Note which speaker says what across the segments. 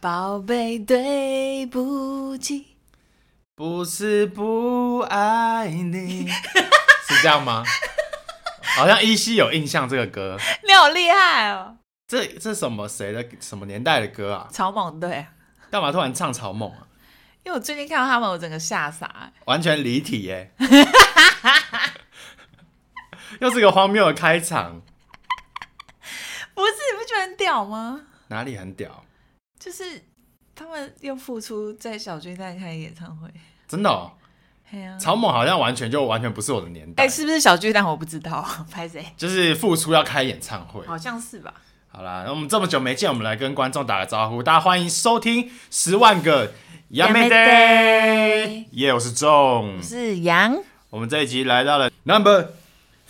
Speaker 1: 宝贝，对不起。
Speaker 2: 不是不爱 你，是这样吗？好像依稀有印象这个歌，
Speaker 1: 你好厉害哦，
Speaker 2: 这这什么谁的什么年代的歌啊？
Speaker 1: 草蜢队。
Speaker 2: 干嘛突然唱草蜢啊？
Speaker 1: 因为我最近看到他们，我整个吓傻、欸。
Speaker 2: 完全离题 耶、又是个荒谬的开场，
Speaker 1: 不是，你不觉得很屌吗？
Speaker 2: 哪里很屌？
Speaker 1: 就是他们又复出在小巨蛋开演唱会。
Speaker 2: 真的、哦，
Speaker 1: 嘿呀、
Speaker 2: 草蜢好像完全就完全不是我的年代，
Speaker 1: 哎、是不是小巨蛋？我不知道， 拍谁？
Speaker 2: 就是复出要开演唱会。
Speaker 1: 好像是吧。
Speaker 2: 好啦，那我们这么久没见，我们来跟观众打个招呼。大家欢迎收听《十万个亚美 day》，耶，我是仲。
Speaker 1: 是羊，
Speaker 2: 我们这一集来到了 Number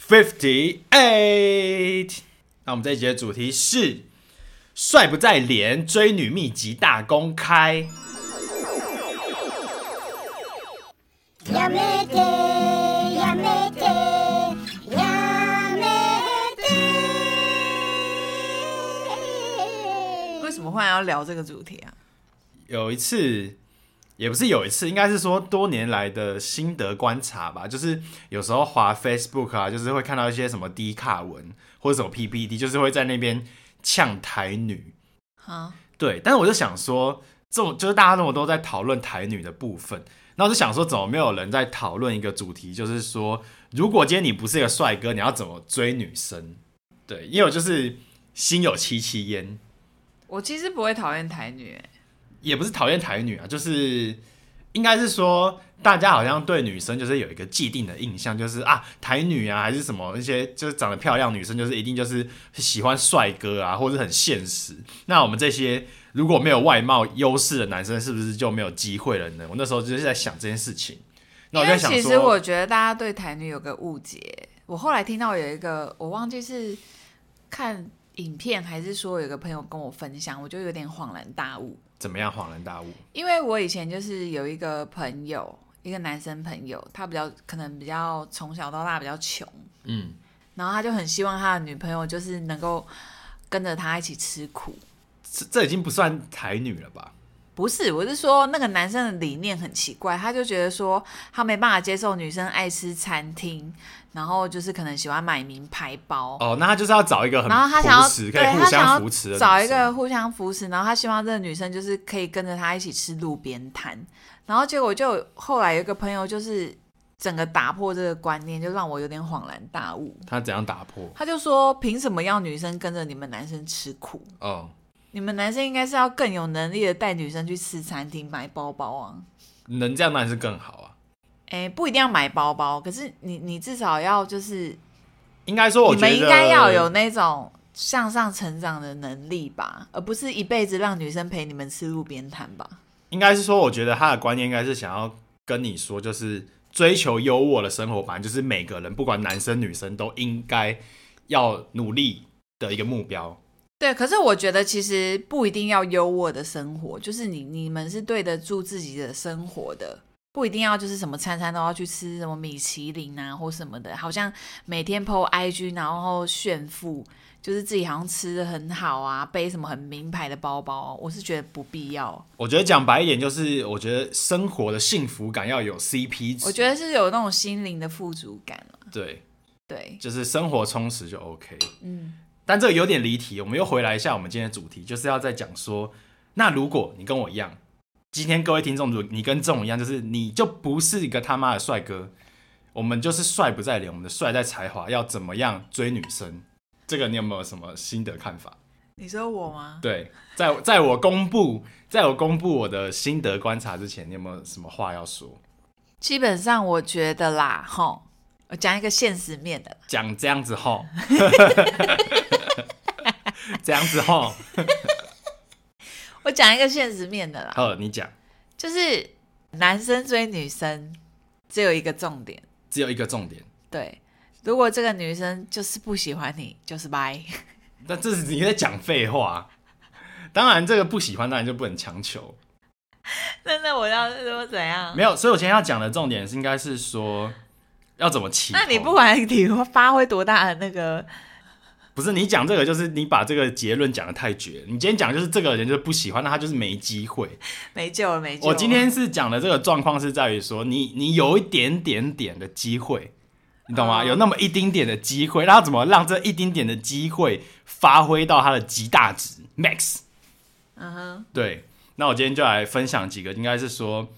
Speaker 2: Fifty Eight。那我们这一集的主题是“帅不在脸，追女秘籍大公开
Speaker 3: やめてやめてやめて
Speaker 1: 为什么忽然要聊这个主题啊？”。
Speaker 2: 有一次，也不是有一次，应该是说多年来的心得观察吧。就是有时候滑 Facebook 啊，就是会看到一些什么低卡文或者什么 PPT，就是会在那边呛台女。
Speaker 1: 啊，
Speaker 2: 对，但是我就想说，这种就是大家这么都在讨论台女的部分，那我就想说，怎么没有人在讨论一个主题，就是说，如果今天你不是一个帅哥，你要怎么追女生？对，因为我就是心有戚戚焉，
Speaker 1: 我其实不会讨厌台女、欸，
Speaker 2: 也不是讨厌台女啊，就是应该是说，大家好像对女生就是有一个既定的印象，就是啊，台女啊，还是什么一些就是长得漂亮女生，就是一定就是喜欢帅哥啊，或者很现实。那我们这些如果没有外貌优势的男生，是不是就没有机会了呢？我那时候就是在想这件事情。那哦我
Speaker 1: 因
Speaker 2: 就
Speaker 1: 为
Speaker 2: 想
Speaker 1: 其实
Speaker 2: 说，
Speaker 1: 我觉得大家对台女有个误解，我后来听到有一个，我忘记是看影片还是说有个朋友跟我分享，我就有点恍然大悟，
Speaker 2: 怎么样恍然大悟？
Speaker 1: 因为我以前就是有一个朋友，一个男生朋友，他比较可能比较从小到大比较穷，
Speaker 2: 嗯，
Speaker 1: 然后他就很希望他的女朋友就是能够跟着他一起吃苦。
Speaker 2: 这这已经不算台女了吧？
Speaker 1: 不是，我是说那个男生的理念很奇怪，他就觉得说他没办法接受女生爱吃餐厅，然后就是可能喜欢买名牌包，
Speaker 2: 哦，那他就是要找一个很
Speaker 1: 然后他想
Speaker 2: 朴
Speaker 1: 要
Speaker 2: 实，可
Speaker 1: 对
Speaker 2: 以互
Speaker 1: 他想
Speaker 2: 相
Speaker 1: 要
Speaker 2: 扶持的女
Speaker 1: 找一
Speaker 2: 生
Speaker 1: 个互相扶持，然后他希望这个女生就是可以跟着他一起吃路边摊，然后结果就有后来有一个朋友就是整个打破这个观念，就让我有点恍然大悟。
Speaker 2: 他怎样打破？
Speaker 1: 他就说：“凭什么要女生跟着你们男生吃苦？
Speaker 2: 哦，
Speaker 1: 你们男生应该是要更有能力的带女生去吃餐厅、买包包啊。
Speaker 2: 能这样当然是更好啊。
Speaker 1: 哎，不一定要买包包，可是你你至少要就是
Speaker 2: 应该说，我
Speaker 1: 你
Speaker 2: 觉得
Speaker 1: 们应该要有那种向上成长的能力吧，而不是一辈子让女生陪你们吃路边摊吧。
Speaker 2: 应该是说，我觉得他的观念应该是想要跟你说，就是追求优渥的生活，反正就是每个人不管男生女生都应该要努力的一个目标。
Speaker 1: 对，可是我觉得其实不一定要优渥的生活，就是你你们是对得住自己的生活的，不一定要就是什么餐餐都要去吃什么米其林啊或什么的，好像每天 PO IG 然后炫富，就是自己好像吃的很好啊，背什么很名牌的包包，我是觉得不必要。
Speaker 2: 我觉得讲白一点，就是我觉得生活的幸福感要有 CP 值，
Speaker 1: 我觉得是有那种心灵的富足感了、
Speaker 2: 对，
Speaker 1: 对，
Speaker 2: 就是生活充实就 OK。
Speaker 1: 嗯，
Speaker 2: 但这个有点离题，我们又回来一下我们今天的主题，就是要再讲说，那如果你跟我一样，今天各位听众，如果你跟这种一样，就是你就不是一个他妈的帅哥，我们就是帅不在脸，我们的帅在才华，要怎么样追女生？这个你有没有什么新的看法？
Speaker 1: 你说我吗？
Speaker 2: 对，在在我公布在我公布我的心得观察之前，你有没有什么话要说？
Speaker 1: 基本上我觉得啦，吼，我讲一个现实面的，
Speaker 2: 讲这样子吼，这样子吼，
Speaker 1: 我讲一个现实面的啦，
Speaker 2: 呃，你讲，
Speaker 1: 就是男生追女生只有一个重点，
Speaker 2: 只有一个重点。
Speaker 1: 对，如果这个女生就是不喜欢你，就是拜。
Speaker 2: 但这是你在讲废话。当然，这个不喜欢，当然就不能强求。
Speaker 1: 那那我要说怎样？
Speaker 2: 没有，所以我今天要讲的重点是，应该是说要怎么起头。
Speaker 1: 那你不管你发挥多大的那个
Speaker 2: 不是你讲这个，就是你把这个结论讲的太绝了。你今天讲就是这个人就是不喜欢，那他就是没机会。
Speaker 1: 没救了，没救了。
Speaker 2: 我今天是讲的这个状况是在于说，你你有一点点点的机会，你懂
Speaker 1: 哦
Speaker 2: 吗？有那么一丁点的机会，那要怎么让这一丁点的机会发挥到它的极大值 max？
Speaker 1: 嗯哼，
Speaker 2: 对，那我今天就来分享几个，应该是说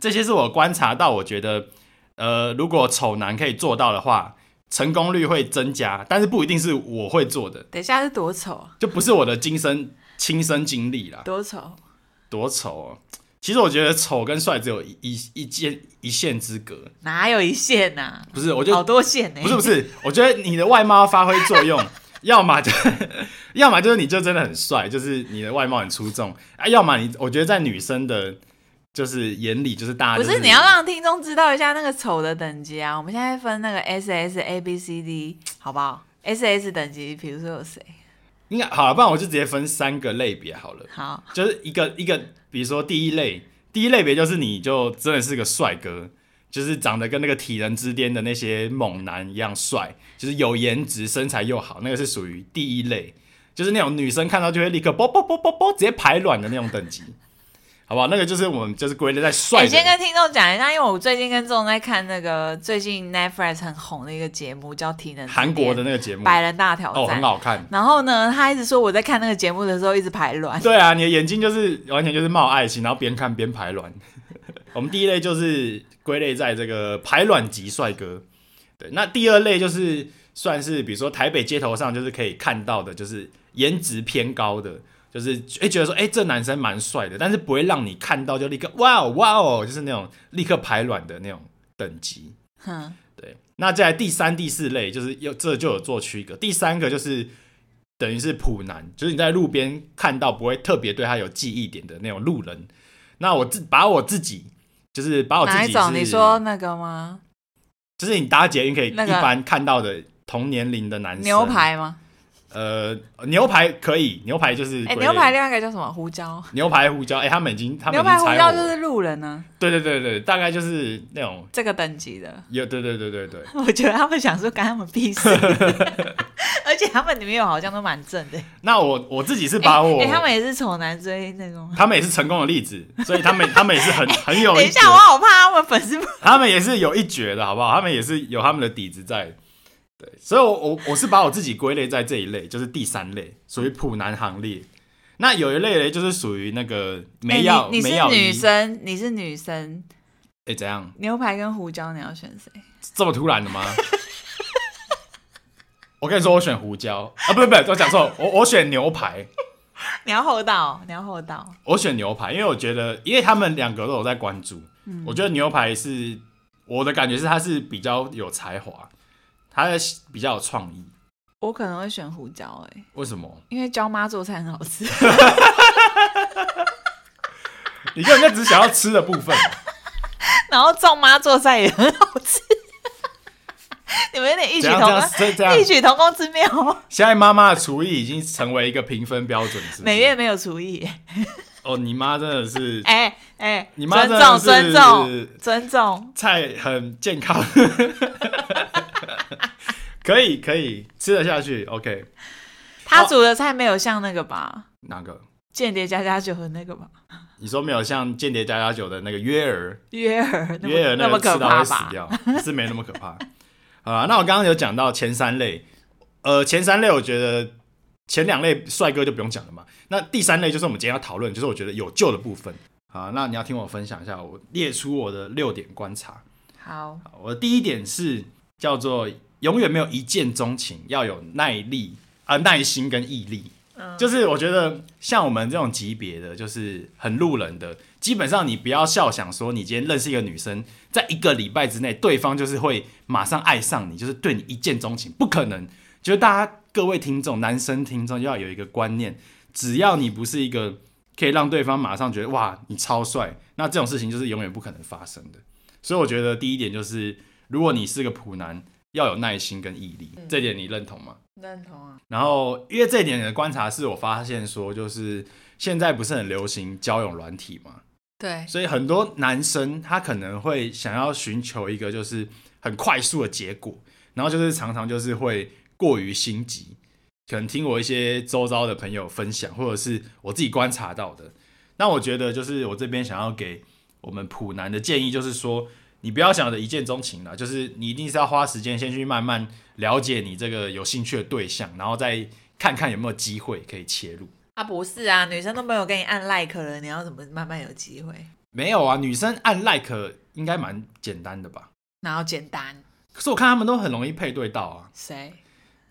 Speaker 2: 这些是我观察到，我觉得呃，如果丑男可以做到的话，成功率会增加，但是不一定是我会做的，
Speaker 1: 等一下是多丑，
Speaker 2: 就不是我的亲身亲身经历啦。
Speaker 1: 多丑，
Speaker 2: 多丑哦！其实我觉得丑跟帅只有一一一线一线之隔，
Speaker 1: 哪有一线呐、
Speaker 2: 不是？我就
Speaker 1: 好多线呢、
Speaker 2: 不是不是，我觉得你的外貌要发挥作用， 要么就要么就是你就真的很帅，就是你的外貌很出众啊，要么你我觉得在女生的，就是眼里就是大家、
Speaker 1: 不
Speaker 2: 啊就是
Speaker 1: 是你要让听众知道一下那个丑的等级啊！我们现在分那个 S S A B C D，好不好？S S 等级，比如说有谁？
Speaker 2: 应该好了，不然我就直接分三个类别好了，
Speaker 1: 好，
Speaker 2: 就是一个一个，比如说第一类，第一类别就是你就真的是个帅哥。就是长得跟那个体能之巅的那些猛男一样帅，就是有颜值、身材又好，那个是属于第一类，就是那种女生看到就会立刻啵啵啵啵啵直接排卵的那种等级，好不好？那个就是我们就是归类在帅
Speaker 1: 哎，
Speaker 2: 的。
Speaker 1: 先跟听众讲一下，因为我最近跟众在看那个最近 Netflix 很红的一个节目，叫《体能之
Speaker 2: 韩国的
Speaker 1: 巅
Speaker 2: 那个节目
Speaker 1: 百人大挑
Speaker 2: 哦，
Speaker 1: 战
Speaker 2: 很》好看。
Speaker 1: 然后呢，他一直说我在看那个节目的时候一直排 卵，
Speaker 2: 对啊，你的眼睛就是完全就是冒爱心，然后边看边排卵。 我们第一类就是归类在这个排卵级帅哥，对。那第二类就是算是比如说台北街头上就是可以看到的，就是颜值偏高的，就是哎、觉得说哎、这男生蛮帅的，但是不会让你看到就立刻哇哦哇哦，就是那种立刻排卵的那种等级。
Speaker 1: 哼，
Speaker 2: 对，那再来第三、第四类就是有这就有做区隔。第三个就是等于是普男，就是你在路边看到不会特别对他有记忆点的那种路人。那我自把我自己就是把我哦自
Speaker 1: 哪
Speaker 2: 己
Speaker 1: 一种？
Speaker 2: 是
Speaker 1: 你说那个吗？
Speaker 2: 就是你搭捷运可以一
Speaker 1: 那个
Speaker 2: 般看到的同年龄的男生，
Speaker 1: 牛排吗？
Speaker 2: 呃牛排可以，牛排就是
Speaker 1: 哎、
Speaker 2: 归类
Speaker 1: 牛排另外一个叫什么？胡椒。
Speaker 2: 牛排胡椒，哎、他们已经他
Speaker 1: 牛
Speaker 2: 们已经
Speaker 1: 排胡
Speaker 2: 猜
Speaker 1: 椒
Speaker 2: 我
Speaker 1: 就
Speaker 2: 了
Speaker 1: 是路人呢、
Speaker 2: 对对对对，大概就是那种
Speaker 1: 这个等级的。
Speaker 2: 有对对对对对。
Speaker 1: 我觉得他们想说干他们屁 事，而且他们女友好像都蛮正 的。
Speaker 2: 那我我自己是把我、
Speaker 1: 哎、他们也是丑男追那种。
Speaker 2: 他们也是成功的例子，所以他 们他们也是很很有
Speaker 1: 等一
Speaker 2: 绝
Speaker 1: 下，，我好怕他们粉丝不
Speaker 2: 他们也是有一绝的，好不好？他们也是有他们的底子在。对，所以我我我是把我自己归类在这一类，就是第三类，属于普男行列。那有一类呢，就是属于那个没药、
Speaker 1: 哎你你
Speaker 2: 没
Speaker 1: 是
Speaker 2: 药
Speaker 1: 女
Speaker 2: 医，
Speaker 1: 生，你是女生，
Speaker 2: 哎、怎样
Speaker 1: 牛排跟胡椒你要选谁？
Speaker 2: 这么突然的吗？ 我跟你说，我选胡椒啊，不是不是，我讲错，我我选牛排，
Speaker 1: 你要厚道，你要厚道。
Speaker 2: 我选牛排，因为我觉得，因为他们两个都有在关注，
Speaker 1: 嗯
Speaker 2: 我觉得牛排是我的感觉是他是比较有才华，他的比较有创意。
Speaker 1: 我可能会选胡椒、哎，
Speaker 2: 为什么？
Speaker 1: 因为椒妈做菜很好吃。
Speaker 2: 你根本就只想要吃的部 分，
Speaker 1: 然后赵妈做菜也很好吃， 你们有点异曲
Speaker 2: 怎
Speaker 1: 同
Speaker 2: 样这样
Speaker 1: 工，
Speaker 2: 这这 样
Speaker 1: 异？曲同工之妙。
Speaker 2: 现在妈妈的厨艺已经成为一个评分标准，是不是
Speaker 1: 美月没有厨艺，
Speaker 2: 哦，你妈真的是
Speaker 1: 哎哎，
Speaker 2: 你妈
Speaker 1: 尊
Speaker 2: 真的
Speaker 1: 重
Speaker 2: 是
Speaker 1: 尊重尊重，
Speaker 2: 菜很健康， 可以可以吃得下去。OK，
Speaker 1: 她
Speaker 2: 哦
Speaker 1: 煮的菜没有像那个吧，
Speaker 2: 哪个？
Speaker 1: 《间谍加加酒》的那个吧，
Speaker 2: 你说没有像《间谍加加酒》的那个约尔
Speaker 1: 约尔那么
Speaker 2: 约尔
Speaker 1: 那
Speaker 2: 个
Speaker 1: 么
Speaker 2: 吃
Speaker 1: 可
Speaker 2: 到
Speaker 1: 怕
Speaker 2: 会死
Speaker 1: 吧？
Speaker 2: 掉，是没那么可怕。好啦，那我刚刚有讲到前三类，呃，前三类我觉得前两类帅哥就不用讲了嘛。那第三类就是我们今天要讨论，就是我觉得有救的部分。好，那你要听我分享一下，我列出我的六点观察。
Speaker 1: 好，
Speaker 2: 好我的第一点是叫做永远没有一见钟情，要有耐力啊、耐心跟毅力。就是我觉得像我们这种级别的，就是很路人的，基本上你不要笑想说你今天认识一个女生，在一个礼拜之内，对方就是会马上爱上你，就是对你一见钟情，不可能。就是大家各位听众，男生听众要有一个观念，只要你不是一个可以让对方马上觉得哇你超帅，那这种事情就是永远不可能发生的。所以我觉得第一点就是，如果你是个普男，要有耐心跟毅力，这点你认同吗？
Speaker 1: 认同啊，
Speaker 2: 然后，因为这一点的观察是我发现说，就是现在不是很流行交友软体嘛，
Speaker 1: 对，
Speaker 2: 所以很多男生他可能会想要寻求一个就是很快速的结果，然后就是常常就是会过于心急，可能听我一些周遭的朋友分享，或者是我自己观察到的。那我觉得就是我这边想要给我们普男的建议，就是说你不要想着一见钟情啦，就是你一定是要花时间先去慢慢了解你这个有兴趣的对象，然后再看看有没有机会可以切入。
Speaker 1: 啊，不是啊，女生都没有给你按 like 了，你要怎么慢慢有机会？
Speaker 2: 没有啊，女生按 like 应该蛮简单的吧？
Speaker 1: 然后简单，
Speaker 2: 可是我看他们都很容易配对到啊，
Speaker 1: 谁？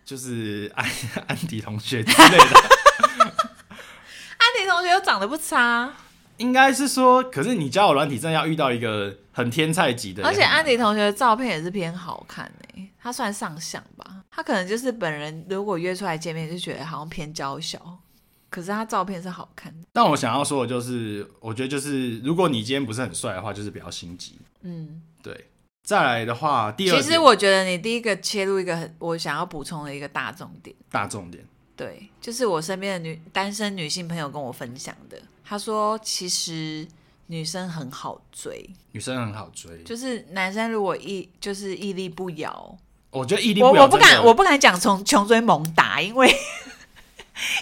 Speaker 2: 就是安 安迪同学之 类的，
Speaker 1: 安迪同学又长得不差，
Speaker 2: 应该是说，可是你交友软体真的要遇到一个很天菜级的，啊
Speaker 1: 而且安迪同学的照片也是偏好看诶、他算上相吧，他可能就是本人如果约出来见面就觉得好像偏娇小，可是他照片是好看的，
Speaker 2: 但我想要说的就是，我觉得就是，如果你今天不是很帅的话，就是比较心急。
Speaker 1: 嗯。
Speaker 2: 对，再来的话，第二
Speaker 1: 其实
Speaker 2: 点
Speaker 1: 我觉得你第一个切入一个很我想要补充的一个大重点，
Speaker 2: 大重点，
Speaker 1: 对，就是我身边的女单身女性朋友跟我分享的，她说其实女生很好追，
Speaker 2: 女生很好追，
Speaker 1: 就是男生如果毅就是毅力不摇，
Speaker 2: 我觉得毅力
Speaker 1: 我
Speaker 2: 摇
Speaker 1: 我不
Speaker 2: 真
Speaker 1: 敢
Speaker 2: 的
Speaker 1: 我不敢讲从穷追猛打，因为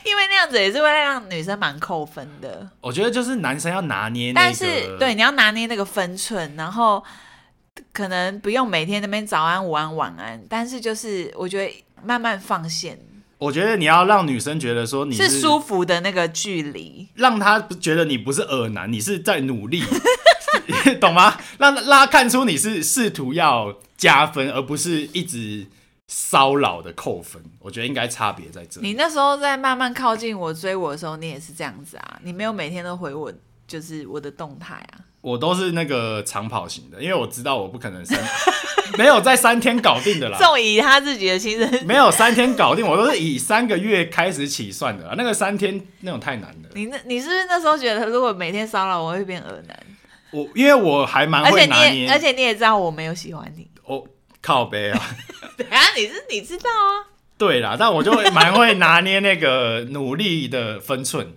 Speaker 1: 因为那样子也是会让女生蛮扣分的，
Speaker 2: 我觉得就是男生要拿捏那个，
Speaker 1: 但是对你要拿捏那个分寸，然后可能不用每天那边早安、午安、晚安，但是就是我觉得慢慢放线
Speaker 2: 我觉得你要让女生觉得说你
Speaker 1: 是
Speaker 2: 是
Speaker 1: 舒服的那个距离。
Speaker 2: 让她不觉得你不是耳男，你是在努力， 懂吗？让让她看出你是试图要加分，而不是一直骚扰的扣分。我觉得应该差别在这里。
Speaker 1: 你那时候在慢慢靠近我、追我的时候，你也是这样子啊，你没有每天都回我，就是我的动态啊。
Speaker 2: 我都是那个长跑型的，因为我知道我不可能三 没有在三天搞定 的啦，
Speaker 1: 仲以他自己的亲身，
Speaker 2: 没有三天搞定，我都是以三个月开始起算的啦。那个三天那种太难了，
Speaker 1: 你那你是不是那时候觉得，如果每天骚扰我会变恶男？
Speaker 2: 我因为我还蛮
Speaker 1: 而且
Speaker 2: 会拿
Speaker 1: 你
Speaker 2: 捏，
Speaker 1: 也而且你也知道我没有喜欢你，
Speaker 2: 我靠背啊，
Speaker 1: 等一下你是你知道啊，
Speaker 2: 对啦，但我就会蛮会拿捏那个努力的分寸，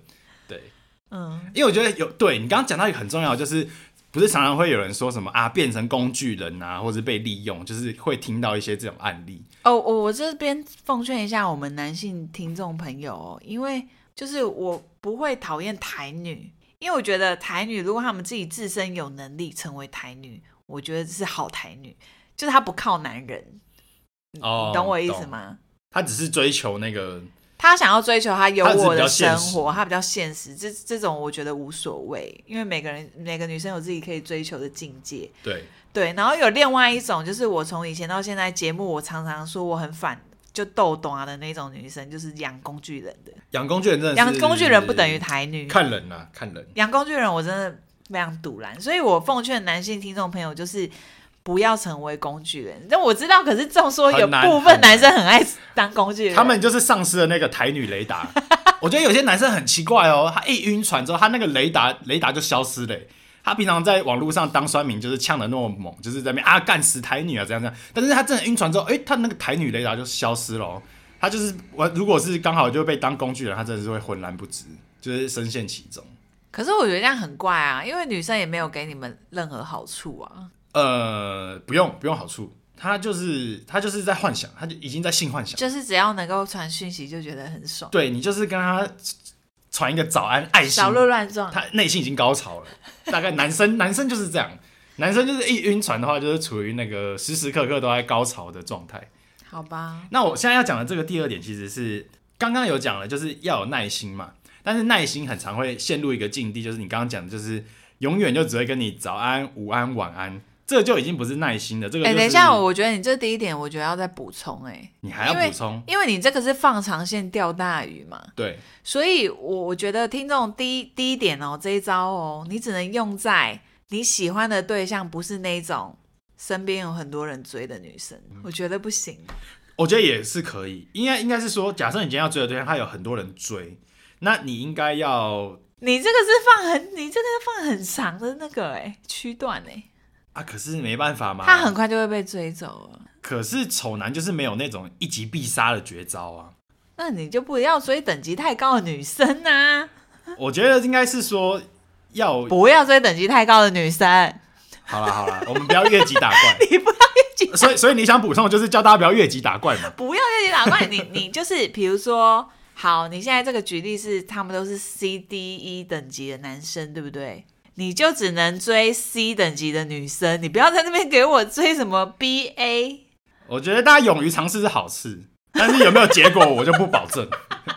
Speaker 2: 对，
Speaker 1: 嗯，
Speaker 2: 因为我觉得有对你刚刚讲到一个很重要的，就是不是常常会有人说什么啊变成工具人啊，或者被利用，就是会听到一些这种案例，
Speaker 1: 哦，我我这边奉劝一下我们男性听众朋友哦，因为就是我不会讨厌台女，因为我觉得台女如果她们自己自身有能力成为台女，我觉得是好台女，就是她不靠男人，
Speaker 2: 哦
Speaker 1: 你懂我意思？吗？
Speaker 2: 他只是追求那个
Speaker 1: 她想要追求她有我的生
Speaker 2: 她只是比较现
Speaker 1: 活，她比较现实，这这种我觉得无所谓，因为每个人每个女生有自己可以追求的境界。
Speaker 2: 对。
Speaker 1: 对，然后有另外一种，就是我从以前到现在节目，我常常说我很反就豆懂啊的那种女生，就是养工具人的。
Speaker 2: 养工具人真的是
Speaker 1: 养工具人不等于台女，
Speaker 2: 看人啊，看人。
Speaker 1: 养工具人我真的非常堵然，所以我奉劝男性听众朋友就是。不要成为工具人。那我知道，可是众说有
Speaker 2: 很难
Speaker 1: 部分男生很爱当工具人，
Speaker 2: 他们就是丧失了那个台女 雷达。我觉得有些男生很奇怪哦，他一晕船之后，他那个雷达雷达就消失了欸。他平常在网络上当酸民，就是呛的那么猛，就是在那边啊干死台女啊这样这样。但是他真的晕船之后，哎、他那个台女雷达就消失了哦、他就是我，如果是刚好就被当工具人，哦他真的是会浑然不知，就是深陷其中。
Speaker 1: 可是我觉得这样很怪啊，因为女生也没有给你们任何好处啊。
Speaker 2: 呃，不用不用好处，他就是他就是在幻想，他就已经在性幻想。
Speaker 1: 就是只要能够传讯息，就觉得很爽，
Speaker 2: 对你就是跟他传一个早安爱心
Speaker 1: 小，鹿乱撞。
Speaker 2: 他内心已经高潮了。大概男生男生就是这样，男生就是一晕船的话，就是处于那个时时刻刻都在高潮的状态。
Speaker 1: 好吧，
Speaker 2: 那我现在要讲的这个第二点，其实是刚刚有讲了，就是要有耐心嘛。但是耐心很常会陷入一个境地，就是你刚刚讲的，就是永远就只会跟你早安、午安、晚安，这就已经不是耐心了。这个、
Speaker 1: 哎、
Speaker 2: 就是
Speaker 1: 等一下，我觉得你这第一点，我觉得要再补充、哎，
Speaker 2: 你还要
Speaker 1: 因为
Speaker 2: 补充，
Speaker 1: 因为你这个是放长线钓大鱼嘛，
Speaker 2: 对，
Speaker 1: 所以我我觉得听众第一第一点哦，这一招哦，你只能用在你喜欢的对象不是那一种身边有很多人追的女生，
Speaker 2: 嗯
Speaker 1: 我觉得不行。
Speaker 2: 我觉得也是可以，应该应该是说，假设你今天要追的对象，他有很多人追，那你应该要
Speaker 1: 你这个是放很，你这个是放很长的那个哎、区段哎、
Speaker 2: 啊，可是没办法嘛，
Speaker 1: 他很，快就会被追走了。
Speaker 2: 可是丑男就是没有那种一击必杀的绝招啊。
Speaker 1: 那你就不要追等级太高的女生啊呐、
Speaker 2: 我觉得应该是说要
Speaker 1: 不要追等级太高的女生，
Speaker 2: 好了好了，我们不要越级打怪，
Speaker 1: 你不要一级级，
Speaker 2: 所以所以你想补充就是叫大家不要越级打怪嘛？
Speaker 1: 不要越级打怪。你 你就是比如说，好，你现在这个举例是他们都是 C D E 等级的男生，对不对？你就只能追 C 等级的女生，你不要在那边给我追什么 B A。
Speaker 2: 我觉得大家勇于尝试是好事，但是有没有结果我就不保证。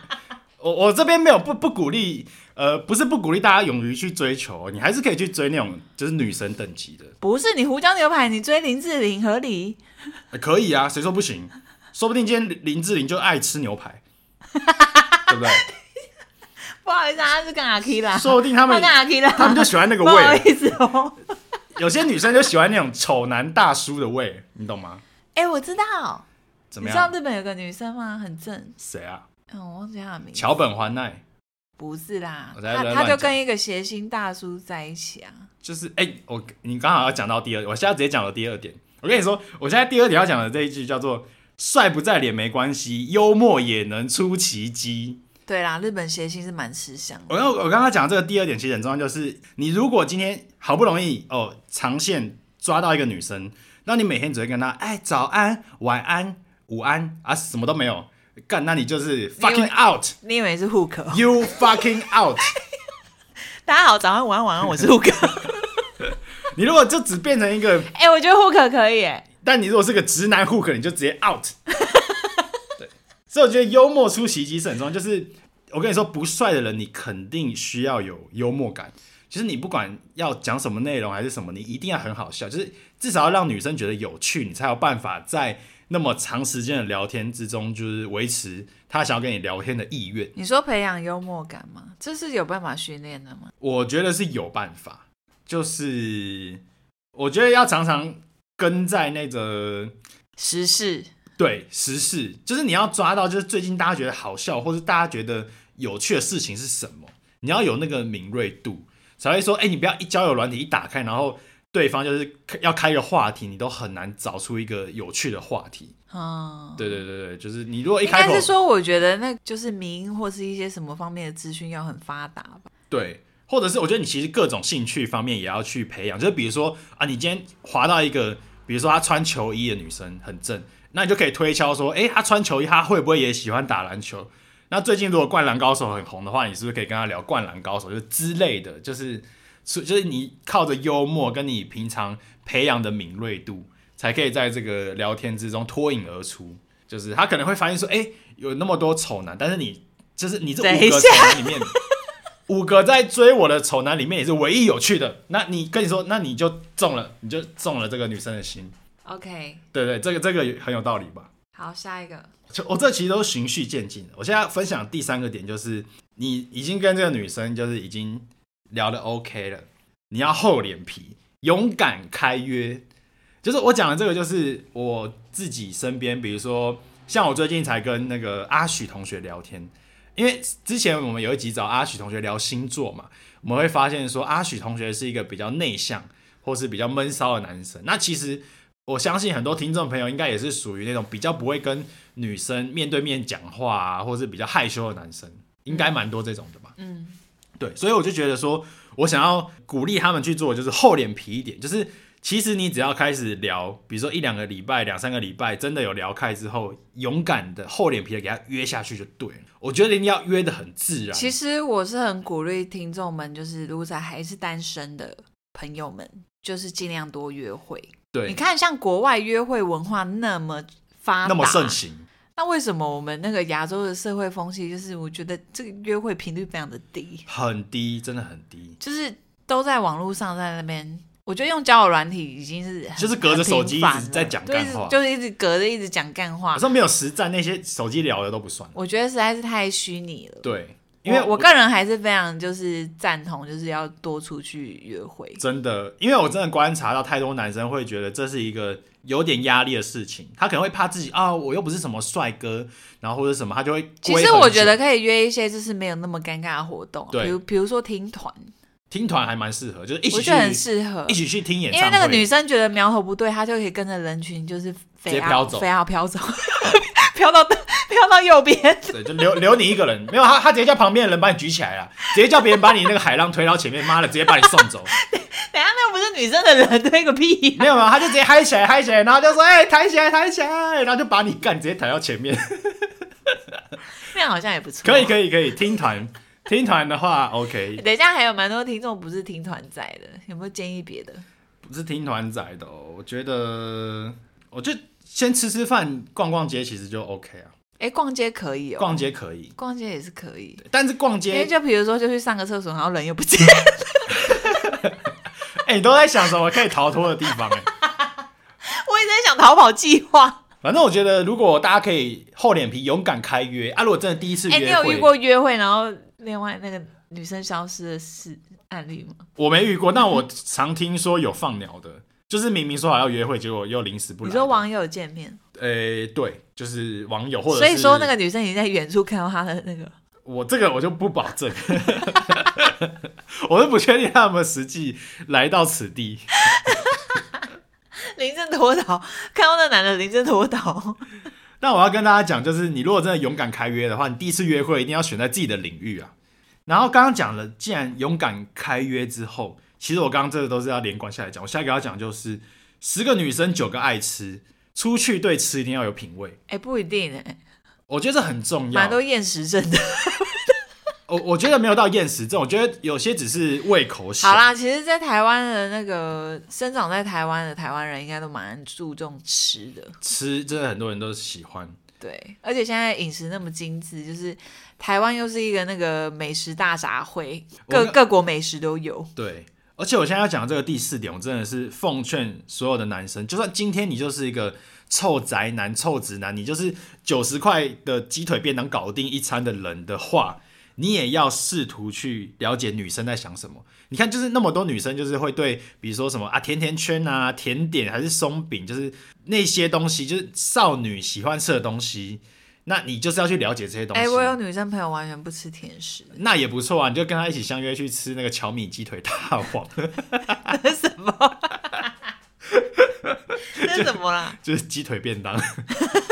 Speaker 2: 我我这边没有不不鼓励，呃，不是不鼓励大家勇于去追求，你还是可以去追那种就是女神等级的，
Speaker 1: 不是你胡椒牛排，你追林志玲合理？
Speaker 2: 呃可以啊，谁说不行？说不定今天林林志玲就爱吃牛排， 对不对？
Speaker 1: 不好意思，他是跟阿 K 啦，
Speaker 2: 说不定他们
Speaker 1: 跟阿 K 啦，
Speaker 2: 他们就喜欢那个
Speaker 1: 不好
Speaker 2: 味，
Speaker 1: 意思哦。
Speaker 2: 有些女生就喜欢那种丑男大叔的味，你懂吗？
Speaker 1: 哎、我知道，
Speaker 2: 怎
Speaker 1: 你
Speaker 2: 么
Speaker 1: 知道
Speaker 2: 样？
Speaker 1: 日本有个女生吗？很正，
Speaker 2: 谁啊？
Speaker 1: 嗯，我忘记她的名字。
Speaker 2: 桥本环奈，
Speaker 1: 不是啦，
Speaker 2: 我在
Speaker 1: 她
Speaker 2: 乱
Speaker 1: 她就
Speaker 2: 讲
Speaker 1: 跟一个谐星大叔在一起啊。
Speaker 2: 就是哎、我你刚好要讲到第二，我现在直接讲了第二点。我跟你说，我现在第二点要讲的这一句叫做“帅不在脸没关系，幽默也能出奇迹”。
Speaker 1: 对啦，日本谐星是蛮吃香的。
Speaker 2: 我刚我刚刚讲这个第二点其实很重要，就是你如果今天好不容易哦长线抓到一个女生，那你每天只会跟她哎早安、晚安、午安啊什么都没有干，那你就是 fucking out，you
Speaker 1: 你以为是 Hook？哦
Speaker 2: fucking out。
Speaker 1: 大家好，早上晚安晚安，我是 Hook。
Speaker 2: 你如果就只变成一个，
Speaker 1: 哎、我觉得 Hook 可以哎。
Speaker 2: 但你如果是个直男 hook，你就直接 out。对，所以我觉得幽默出奇迹是很重要，就是我跟你说，不帅的人你肯定需要有幽默感。就是你不管要讲什么内容还是什么，你一定要很好笑，就是至少要让女生觉得有趣，你才有办法在那么长时间的聊天之中，就是维持她想要跟你聊天的意愿。
Speaker 1: 你说培养幽默感吗？这是有办法训练的吗？
Speaker 2: 我觉得是有办法，就是我觉得要常常跟在那个
Speaker 1: 时事
Speaker 2: 对时事，就是你要抓到，就是最近大家觉得好笑，或是大家觉得有趣的事情是什么，你要有那个敏锐度，才会说，哎、你不要一交友软体一打开，然后对方就是要开一个话题，你都很难找出一个有趣的话题。
Speaker 1: 嗯，
Speaker 2: 对对对对，就是你如果一
Speaker 1: 应
Speaker 2: 开
Speaker 1: 该
Speaker 2: 口
Speaker 1: 是，说，我觉得那就是民音或是一些什么方面的资讯要很发达吧。
Speaker 2: 对，或者是我觉得你其实各种兴趣方面也要去培养，就是比如说啊，你今天滑到一个，比如说她穿球衣的女生很正，那你就可以推敲说，诶，她穿球衣，她会不会也喜欢打篮球？那最近如果《灌篮高手》很红的话，你是不是可以跟她聊《灌篮高手》就是之类的？就是，所就是你靠着幽默跟你平常培养的敏锐度，才可以在这个聊天之中脱颖而出。就是他可能会发现说，诶，有那么多丑男，但是你就是你这
Speaker 1: 等
Speaker 2: 五
Speaker 1: 一
Speaker 2: 个
Speaker 1: 下
Speaker 2: 丑男里面，五个在追我的丑男里面也是唯一有趣的。那你跟你说，那你就中了，你就中了这个女生的心。
Speaker 1: OK，
Speaker 2: 对对，这个这个很有道理吧？
Speaker 1: 好，下一个。
Speaker 2: 就哦我这其实都是循序渐进的。我现在分享第三个点就是，你已经跟这个女生就是已经聊得 OK 了，你要厚脸皮，勇敢开约。就是我讲的这个，就是我自己身边，比如说像我最近才跟那个阿许同学聊天，因为之前我们有一集找阿许同学聊星座嘛，我们会发现说阿许同学是一个比较内向或是比较闷骚的男生。那其实我相信很多听众朋友应该也是属于那种比较不会跟女生面对面讲话啊，或是比较害羞的男生，应该蛮多这种的吧。
Speaker 1: 嗯，
Speaker 2: 对，所以我就觉得说，我想要鼓励他们去做，就是厚脸皮一点，就是其实你只要开始聊，比如说一两个礼拜、两三个礼拜，真的有聊开之后，勇敢的、厚脸皮的给他约下去就对了。我觉得你要约的很自然。
Speaker 1: 其实我是很鼓励听众们，就是如果在还是单身的朋友们，就是尽量多约会。你
Speaker 2: 对，
Speaker 1: 看，啊像国外约会文化那么发达，
Speaker 2: 那么盛，行，
Speaker 1: 那为什么我们那个亚洲的社会风气，就是我觉得这个约会频率非常的低，
Speaker 2: 很低，真的很低。
Speaker 1: 就是都在网络上在那边。我觉得用交友软体已经是很
Speaker 2: 就是隔着手机一直
Speaker 1: 很频繁了
Speaker 2: 在讲干话
Speaker 1: 对就是一直隔着一直讲干话
Speaker 2: 好。像没有实战，那些手机聊的都不算。
Speaker 1: 我觉得实在是太虚拟了。
Speaker 2: 对，因为
Speaker 1: 我我个人还是非常就是赞同，就是要多出去约会。
Speaker 2: 真的，因为我真的观察到太多男生会觉得这是一个有点压力的事情，他可能会怕自己啊，我又不是什么帅哥，然后或者什么，他就会
Speaker 1: 其
Speaker 2: 归
Speaker 1: 实
Speaker 2: 很
Speaker 1: 我
Speaker 2: 久
Speaker 1: 觉得可以约一些就是没有那么尴尬的活动，啊
Speaker 2: 对
Speaker 1: 比如比如说听团，
Speaker 2: 听团还蛮适合，就是一起
Speaker 1: 我
Speaker 2: 去
Speaker 1: 觉得很适合
Speaker 2: 一。起去听演
Speaker 1: 因
Speaker 2: 唱会。
Speaker 1: 为那个女生觉得苗头不对，她就可以跟着人群就是
Speaker 2: 直
Speaker 1: 飞
Speaker 2: 接
Speaker 1: 啊
Speaker 2: 飘走
Speaker 1: 飞啊飘走， 飘到飘到右边。
Speaker 2: 对，就留留你一个人，没有他，他直接叫旁边的人把你举起来了，直接叫别人把你那个海浪推到前面，妈的，直接把你送走。
Speaker 1: 等一下那个不是女女生的人推个屁呀、
Speaker 2: 没有没有，他就直接嗨起来，嗨起来，然后就说：“哎、抬起来，抬起来！”然后就把你干直接抬到前面。
Speaker 1: 那样好像也不错。
Speaker 2: 可以，可
Speaker 1: 以。
Speaker 2: 以，可以，听团， 听团的话，OK，
Speaker 1: 等一下还有蛮多听众不是听团仔的，有没有建议别的？
Speaker 2: 不是听团仔的、哦，我觉得，我就先吃吃饭，逛逛街，其实就 OK 啊，
Speaker 1: 哎、逛街可以哦，
Speaker 2: 逛街可以，
Speaker 1: 逛街也是可以。
Speaker 2: 但是逛
Speaker 1: 因为
Speaker 2: 街，
Speaker 1: 就比如说，就去上个厕所，然后人又不 见，
Speaker 2: 哎、你都在想什么可以逃脱的地方、哎，
Speaker 1: 我一直在想逃跑计划。
Speaker 2: 反正我觉得，如果大家可以厚脸皮、勇敢开约啊，如果真的第一次
Speaker 1: 哎、你
Speaker 2: 约
Speaker 1: 有
Speaker 2: 会，
Speaker 1: 遇过约会然后另外那个女生消失的事案例吗？
Speaker 2: 我没遇过，但我常听说有放鸟的，就是明明说好要约会，结果又临时不来。
Speaker 1: 你说网友见面，
Speaker 2: 诶、对，就是网友或者
Speaker 1: 所以
Speaker 2: 是
Speaker 1: 说那个女生已经在远处看到他的那个，
Speaker 2: 我这个我就不保证， 我都不确定他们实际来到此地。
Speaker 1: 临阵脱逃，看到那男的临阵脱逃。
Speaker 2: 那我要跟大家讲，就是你如果真的勇敢开约的话，你第一次约会一定要选在自己的领域啊。然后刚刚讲了，既然勇敢开约之后，其实我刚刚这个都是要连贯下来讲。我下一个要讲就是十个女生九个爱吃，出去对吃一定要有品味，
Speaker 1: 哎、不一定哎、
Speaker 2: 我觉得这很重要
Speaker 1: 蛮。多厌食症的。
Speaker 2: 我我觉得没有到厌食症，我觉得有些只是胃口小。
Speaker 1: 好啦，其实，在台湾的那个生长在台湾的台湾人，应该都蛮注重吃的，
Speaker 2: 吃真的很多人都喜欢。
Speaker 1: 对。而且现在饮食那么精致，就是台湾又是一个那个美食大杂烩，
Speaker 2: 我
Speaker 1: 各
Speaker 2: 们
Speaker 1: 各国美食都有。
Speaker 2: 对，而且我现在要讲的这个第四点，我真的是奉劝所有的男生，就算今天你就是一个臭宅男、臭直男，你就是九十块的鸡腿便当搞定一餐的人的话。你也要试图去了解女生在想什么。你看，就是那么多女生，就是会对，比如说什么啊，甜甜圈啊、甜点还是松饼，就是那些东西，就是少女喜欢吃的东西。那你就是要去了解这些东西。
Speaker 1: 哎、我有女生朋友完全不吃甜 食，
Speaker 2: 那也不错啊，你就跟他一起相约去吃那个乔米鸡腿大王，
Speaker 1: 什么？ 这是什么啦？
Speaker 2: 就是鸡腿便当，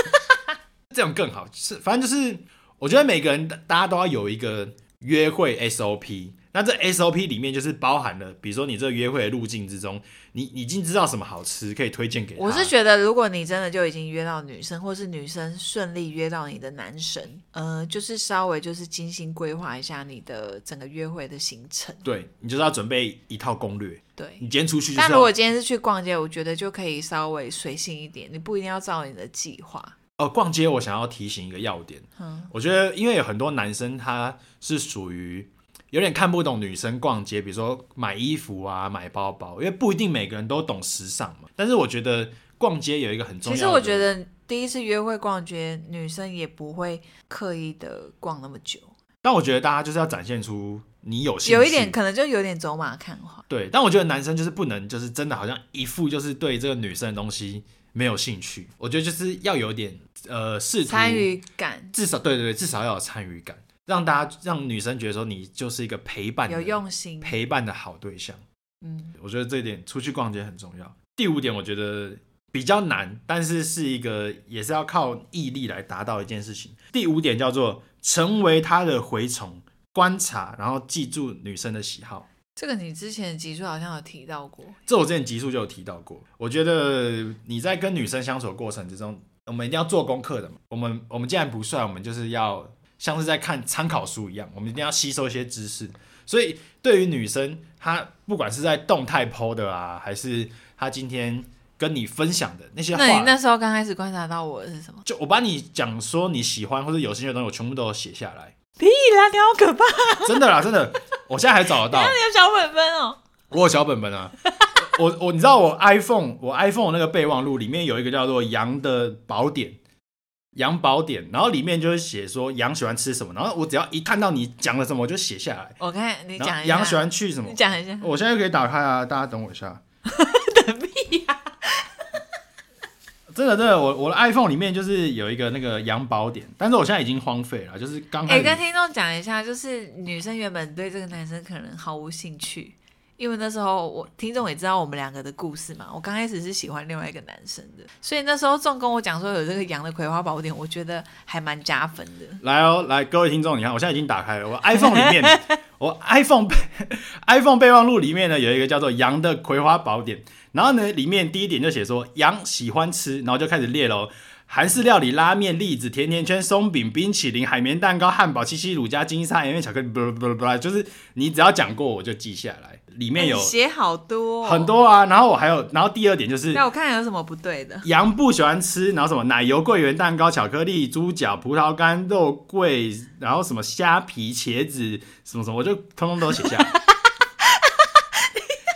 Speaker 2: 这种更好。是，反正就是我觉得每个人大家都要有一个约会 SOP。那这 SOP 里面就是包含了，比如说你这个约会的路径之中，你你已经知道什么好吃可以推荐给他。
Speaker 1: 我是觉得，如果你真的就已经约到女生，或是女生顺利约到你的男神，呃，就是稍微就是精心规划一下你的整个约会的行程。
Speaker 2: 对你就是要准备一套攻略。你
Speaker 1: 对，
Speaker 2: 今天出去就是要，
Speaker 1: 但如果今天是去逛街，我觉得就可以稍微随性一点，你不一定要照你的计划。
Speaker 2: 呃，逛街我想要提醒一个要点，
Speaker 1: 嗯
Speaker 2: 我觉得因为有很多男生他是属于有点看不懂女生逛街，比如说买衣服啊、买包包，因为不一定每个人都懂时尚嘛。但是我觉得逛街有一个很重
Speaker 1: 其实
Speaker 2: 要的，
Speaker 1: 我觉得第一次约会逛街，女生也不会刻意的逛那么久，
Speaker 2: 但我觉得大家就是要展现出你有兴趣，
Speaker 1: 有一点可能就有点走马看花。
Speaker 2: 对。但我觉得男生就是不能就是真的好像一副就是对这个女生的东西没有兴趣，我觉得就是要有点呃试图
Speaker 1: 参与感
Speaker 2: 至少对对对，至少要有参与感，让大家让女生觉得说你就是一个陪伴的
Speaker 1: 有用心，
Speaker 2: 陪伴的好对象。
Speaker 1: 嗯，
Speaker 2: 我觉得这一点出去逛街很重要。第五点，我觉得比较难，但是是一个也是要靠毅力来达到一件事情。第五点叫做成为他的蛔虫，观察，然后记住女生的喜好。
Speaker 1: 这个你之前的集数好像有提到过，
Speaker 2: 这我之前集数就有提到过，我觉得你在跟女生相处的过程之中，我们一定要做功课的嘛。我们我们既然不帅，我们就是要像是在看参考书一样，我们一定要吸收一些知识。所以对于女生，她不管是在动态 PO 的啊，还是她今天跟你分享的那些话，
Speaker 1: 那你那时候刚开始观察到我的是什么？
Speaker 2: 就我把你讲说你喜欢或者有兴趣的东西，我全部都有写下来。
Speaker 1: 屁啦，你好可怕！
Speaker 2: 真的啦，真的，我现在还找得 到。
Speaker 1: 你有小本本哦。
Speaker 2: 我有小本本啊， 我我你知道我 iPhone 我 iPhone 的那个备忘录里面有一个叫做《羊的宝典》，羊宝典，然后里面就是写说羊喜欢吃什么，然后我只要一看到你讲了什么，我就写下来。
Speaker 1: 我看你
Speaker 2: 然
Speaker 1: 讲
Speaker 2: 后
Speaker 1: 一下，
Speaker 2: 羊喜欢去什么
Speaker 1: 你？讲一下，
Speaker 2: 我现在就可以打开啊，大家等我一下。
Speaker 1: 等屁啊呀、
Speaker 2: 真的真的，我我的 iPhone 里面就是有一个那个羊宝典，但是我现在已经荒废了，就是刚
Speaker 1: 哎、
Speaker 2: 开始。
Speaker 1: 跟听众讲一下，就是女生原本对这个男生可能毫无兴趣，因为那时候我听众也知道我们两个的故事嘛。我刚开始是喜欢另外一个男生的，所以那时候仲跟我讲说有这个羊的葵花宝典，我觉得还蛮加分的。
Speaker 2: 来哦，来各位听众，你看我现在已经打开了我 iPhone 里面，我 iPhone 备 iPhone 备忘录里面呢有一个叫做羊的葵花宝典，然后呢里面第一点就写说羊喜欢吃，然后就开始列喽。韩式料理、拉面、栗子、甜甜圈、松饼、冰淇淋、海绵蛋糕、汉堡、七七乳加金沙、盐味巧克力，不不不，就是你只要讲过我就记下来。里面有
Speaker 1: 哎你写好多、
Speaker 2: 很。多啊，然后我还有，然后第二点就是
Speaker 1: 那我看有什么不对的？
Speaker 2: 羊不喜欢吃，然后什么奶油桂圆蛋糕、巧克力、猪脚、葡萄干、肉桂，然后什么虾皮、茄子，什么什么，我就通通都写 下来。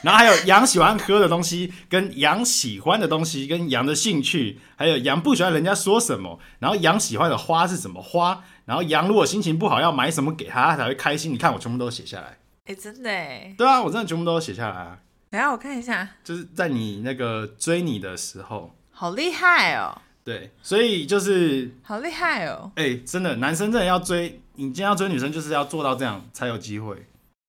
Speaker 2: 然后还有羊喜欢喝的东西，跟羊喜欢的东西，跟羊的兴趣，还有羊不喜欢人家说什么，然后羊喜欢的花是什么花，然后羊如果心情不好要买什么给他，他才会开心。你看我全部都写下来，
Speaker 1: 哎、真的哎。
Speaker 2: 对啊，我真的全部都写下来啊，
Speaker 1: 等一下我看一下，
Speaker 2: 就是在你那个追你的时候，
Speaker 1: 好厉害哦，
Speaker 2: 啊对，所以就是
Speaker 1: 好厉害哦。
Speaker 2: 哎、真的，男生真的要追，你今天要追女生，就是要做到这样才有机会。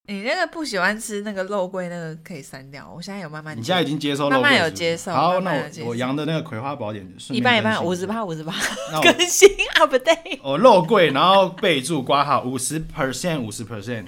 Speaker 1: 你那个不喜欢吃那个肉桂那个可以删掉，我现在有慢慢。
Speaker 2: 你现在已经接受了，
Speaker 1: 慢慢有接受
Speaker 2: 好，
Speaker 1: 慢慢有接
Speaker 2: 那
Speaker 1: 受
Speaker 2: 我我羊的那个葵花宝典顺便
Speaker 1: 一半一
Speaker 2: 更
Speaker 1: 半，
Speaker 2: 新
Speaker 1: 五十。趴五十趴
Speaker 2: 那 我
Speaker 1: 更新啊 update。
Speaker 2: 我肉桂，然后备注挂号五十 percent，五 十 percent。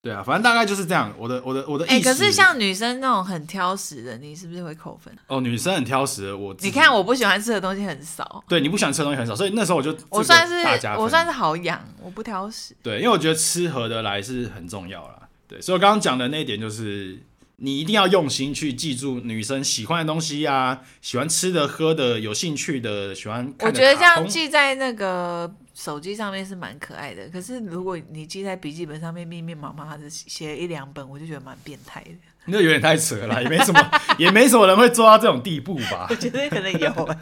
Speaker 2: 对啊，反正大概就是这样。我的我的我的意思。
Speaker 1: 哎、可是像女生那种很挑食的，你是不是会扣分？啊
Speaker 2: 哦，女生很挑食，我自己
Speaker 1: 你看，我不喜欢吃的东西很少，
Speaker 2: 对你不喜欢吃的东西很少，所以那时候我就
Speaker 1: 我
Speaker 2: 这个
Speaker 1: 算是
Speaker 2: 大加分
Speaker 1: 我算是好养，我不挑食。
Speaker 2: 对，因为我觉得吃合得来是很重要啦。对，所以我刚刚讲的那一点就是，你一定要用心去记住女生喜欢的东西啊，喜欢吃的、喝的、有兴趣的、喜欢看的
Speaker 1: 我觉得这
Speaker 2: 卡
Speaker 1: 样
Speaker 2: 通
Speaker 1: 记在那个手机上面是蛮可爱的，可是如果你记在笔记本上面密密麻麻的写一两本，我就觉得蛮变态的。
Speaker 2: 那有点太扯了啦，也没什么， 也没什么人会做到这种地步吧
Speaker 1: 我？觉得可能有、啊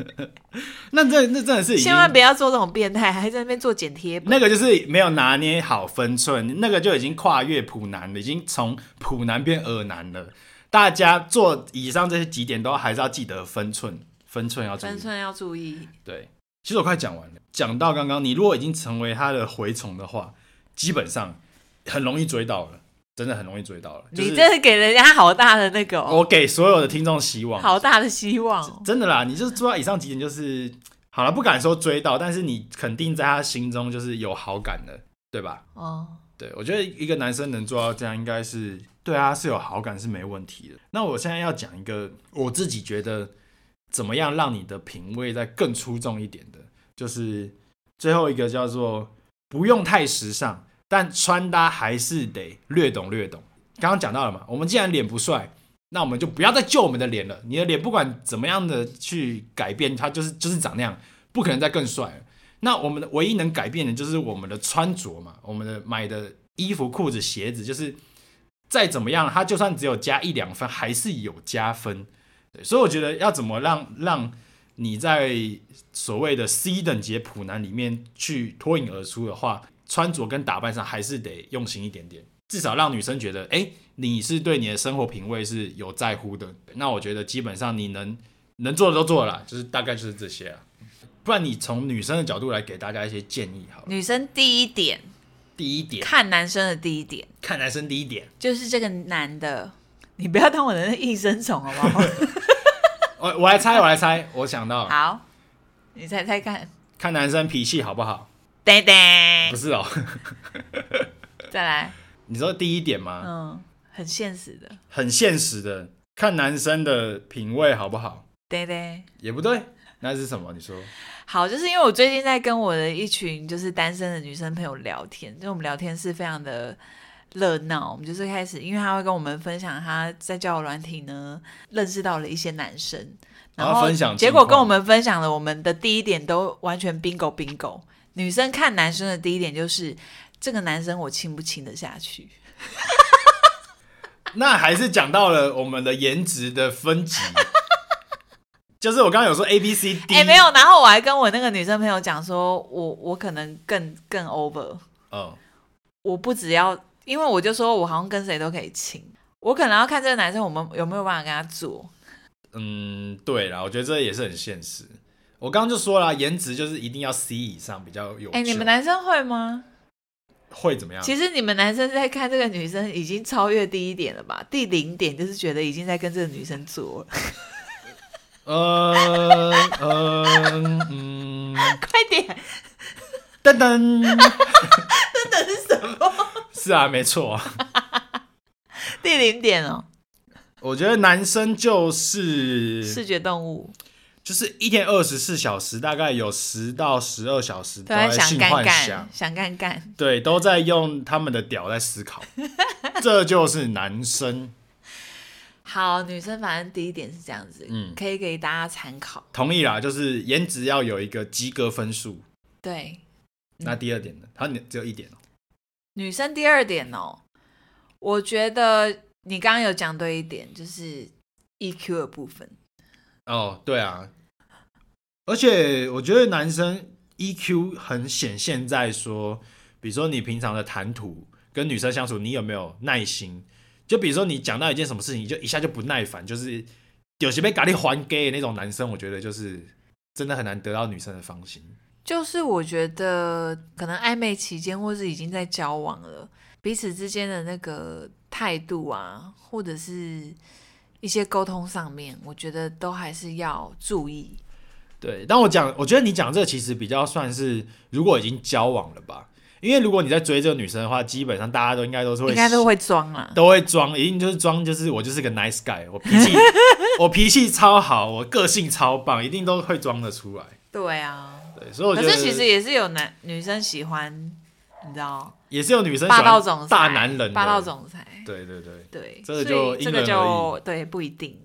Speaker 2: 那这那真的是已经
Speaker 1: 千万不要做这种变态，还在那边做剪贴本。
Speaker 2: 那个就是没有拿捏好分寸，那个就已经跨越普男了，已经从普男变耳男了。大家做以上这些几点都还是要记得分寸，分寸要注意。
Speaker 1: 分寸要注意，
Speaker 2: 对，其实我快讲完了。讲到刚刚，你如果已经成为他的蛔虫的话，基本上很容易追到了，真的很容易追到了。就
Speaker 1: 你
Speaker 2: 是
Speaker 1: 这是给人家好大的那个、哦，
Speaker 2: 我给所有的听众希望，
Speaker 1: 好大的希望、哦。
Speaker 2: 真的啦，你就是做到以上几点，就是好了，不敢说追到，但是你肯定在他心中就是有好感的，对吧？
Speaker 1: 哦，
Speaker 2: 对，我觉得一个男生能做到这样，应该是对啊，是有好感是没问题的。那我现在要讲一个我自己觉得怎么样让你的品味再更出众一点的，就是最后一个叫做不用太时尚，但穿搭还是得略懂略懂。刚刚讲到了嘛，我们既然脸不帅，那我们就不要再救我们的脸了。你的脸不管怎么样的去改变，它就是就是长那样，不可能再更帅了。那我们的唯一能改变的就是我们的穿着嘛，我们的买的衣服、裤子、鞋子，就是再怎么样，它就算只有加一两分，还是有加分。对，所以我觉得要怎么让让你在所谓的 C 等级的普男里面去脱颖而出的话，穿着跟打扮上还是得用心一点点，至少让女生觉得，哎、你是对你的生活品味是有在乎的。那我觉得基本上你能能做的都做了啦，就是大概就是这些啊。不然你从女生的角度来给大家一些建议好了。
Speaker 1: 女生第一点
Speaker 2: 第一点，
Speaker 1: 看男生的第一点
Speaker 2: 看男生第一点，
Speaker 1: 就是这个男的，你不要当我的那应声虫好不 好？
Speaker 2: 我哦我来猜，我来猜，我想到了
Speaker 1: 好，你猜猜 看，
Speaker 2: 看男生脾气好不好？
Speaker 1: 噔
Speaker 2: 不
Speaker 1: 噔，
Speaker 2: 是哦，
Speaker 1: 再来，
Speaker 2: 你说第一点吗？
Speaker 1: 嗯，很现实的，
Speaker 2: 很现实的，看男生的品味好不好，
Speaker 1: 噔噔。
Speaker 2: 也不对，那是什么？你说
Speaker 1: 好，就是因为我最近在跟我的一群就是单身的女生朋友聊天，就我们聊天是非常的热闹，我们就是开始，因为她会跟我们分享她在交友软体呢认识到了一些男生，然
Speaker 2: 然后
Speaker 1: 后
Speaker 2: 分享
Speaker 1: 结
Speaker 2: 近
Speaker 1: 果跟
Speaker 2: 况
Speaker 1: 我们分享了我们的第一点都完全 bingo bingo，女生看男生的第一点就是这个男生我亲不亲得下去，
Speaker 2: 那还是讲到了我们的颜值的 分级，就是我刚刚有说 A B C D，
Speaker 1: 哎、没，有，然后我还跟我那个女生朋友讲说，我我可能更更 over。
Speaker 2: 哦，
Speaker 1: 我不只要，因为我就说我好像跟谁都可以亲，我可能要看这个男生我们有没有办法跟他做。
Speaker 2: 嗯，对啦，我觉得这也是很现实。我刚刚就说啦，颜值就是一定要 C 以上比较有。
Speaker 1: 哎、你们男生会吗？
Speaker 2: 会怎么样？
Speaker 1: 其实你们男生在看这个女生已经超越第一点了吧？第零点就是觉得已经在跟这个女生做了，
Speaker 2: 呃呃嗯，
Speaker 1: 快点！
Speaker 2: 噔噔，真的是什么？是啊，没错啊。
Speaker 1: 第零点哦，
Speaker 2: 我觉得男生就是
Speaker 1: 视觉动物，
Speaker 2: 就是一天二十四小时，大概有十到十二小时都
Speaker 1: 都在啊想
Speaker 2: 性
Speaker 1: 干
Speaker 2: 幻
Speaker 1: 干
Speaker 2: 想，，
Speaker 1: 想干干。
Speaker 2: 对，都在用他们的屌在 思考，这就是男生。
Speaker 1: 好，女生反正第一点是这样子，
Speaker 2: 嗯
Speaker 1: 可以给大家参考。
Speaker 2: 同意啦，就是颜值要有一个及格分数。
Speaker 1: 对，
Speaker 2: 那
Speaker 1: 嗯
Speaker 2: 第二点呢？好，你只有一点哦。
Speaker 1: 女生第二点哦，我觉得你刚刚有讲对一点，就是 EQ 的部分。
Speaker 2: 哦，对啊，而且我觉得男生 EQ 很显现在说，比如说你平常的谈吐跟女生相处，你有没有耐心？就比如说你讲到一件什么事情，你就一下就不耐烦，就是有些被咖喱还给那种男生，我觉得就是真的很难得到女生的芳心。
Speaker 1: 就是我觉得可能暧昧期间，或是已经在交往了，彼此之间的那个态度啊，或者是一些沟通上面，我觉得都还是要注意。
Speaker 2: 对，但我讲，我觉得你讲这其实比较算是，如果已经交往了吧，因为如果你在追这个女生的话，基本上大家都应该都是会
Speaker 1: 应该都会装啊啦，
Speaker 2: 都会装，一定就是装，就是我就是个 nice guy，我脾 气我脾气超好，我个性超棒，一定都会装得出来。
Speaker 1: 对啊。
Speaker 2: 对，所以我觉
Speaker 1: 可
Speaker 2: 得
Speaker 1: 是其实也是有男女生喜欢，你知道，
Speaker 2: 也是有女生喜
Speaker 1: 霸
Speaker 2: 欢
Speaker 1: 道总裁、
Speaker 2: 大男人的
Speaker 1: 霸道，总裁，
Speaker 2: 对对对。
Speaker 1: 对，
Speaker 2: 这
Speaker 1: 所
Speaker 2: 个
Speaker 1: 以
Speaker 2: 就因
Speaker 1: 这个
Speaker 2: 人而
Speaker 1: 就对不一定。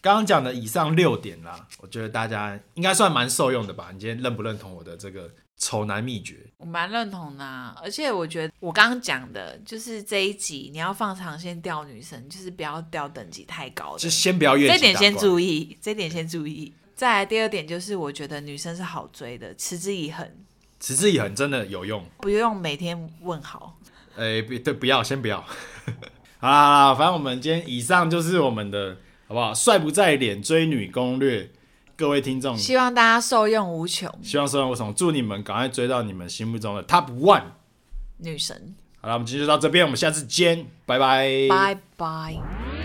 Speaker 2: 刚刚讲的以上六点啦，我觉得大家应该算蛮受用的吧？你今天认不认同我的这个丑男秘诀？
Speaker 1: 我蛮认同的啊、而且我觉得我刚刚讲的，就是这一集你要放长线钓女生，就是不要钓等级太高的，
Speaker 2: 就先不要越
Speaker 1: 这
Speaker 2: 级
Speaker 1: 点
Speaker 2: 打
Speaker 1: 先
Speaker 2: 怪
Speaker 1: 注意，这点先注意。再来第二点就是，我觉得女生是好追的，持之以恒，
Speaker 2: 持之以恒真的有用。
Speaker 1: 不用每天问好。
Speaker 2: 哎，不对，不要，先不要。 好啦好啦，反正我们今天以上就是我们的，好不好？帅不在脸，追女攻略，各位听众，
Speaker 1: 希望大家受用无穷，
Speaker 2: 希望收容无从，祝你们赶快追到你们心目中的 Top One。
Speaker 1: 女神，
Speaker 2: 好了，我们今天就到这边，我们下次见，拜拜，
Speaker 1: 拜拜。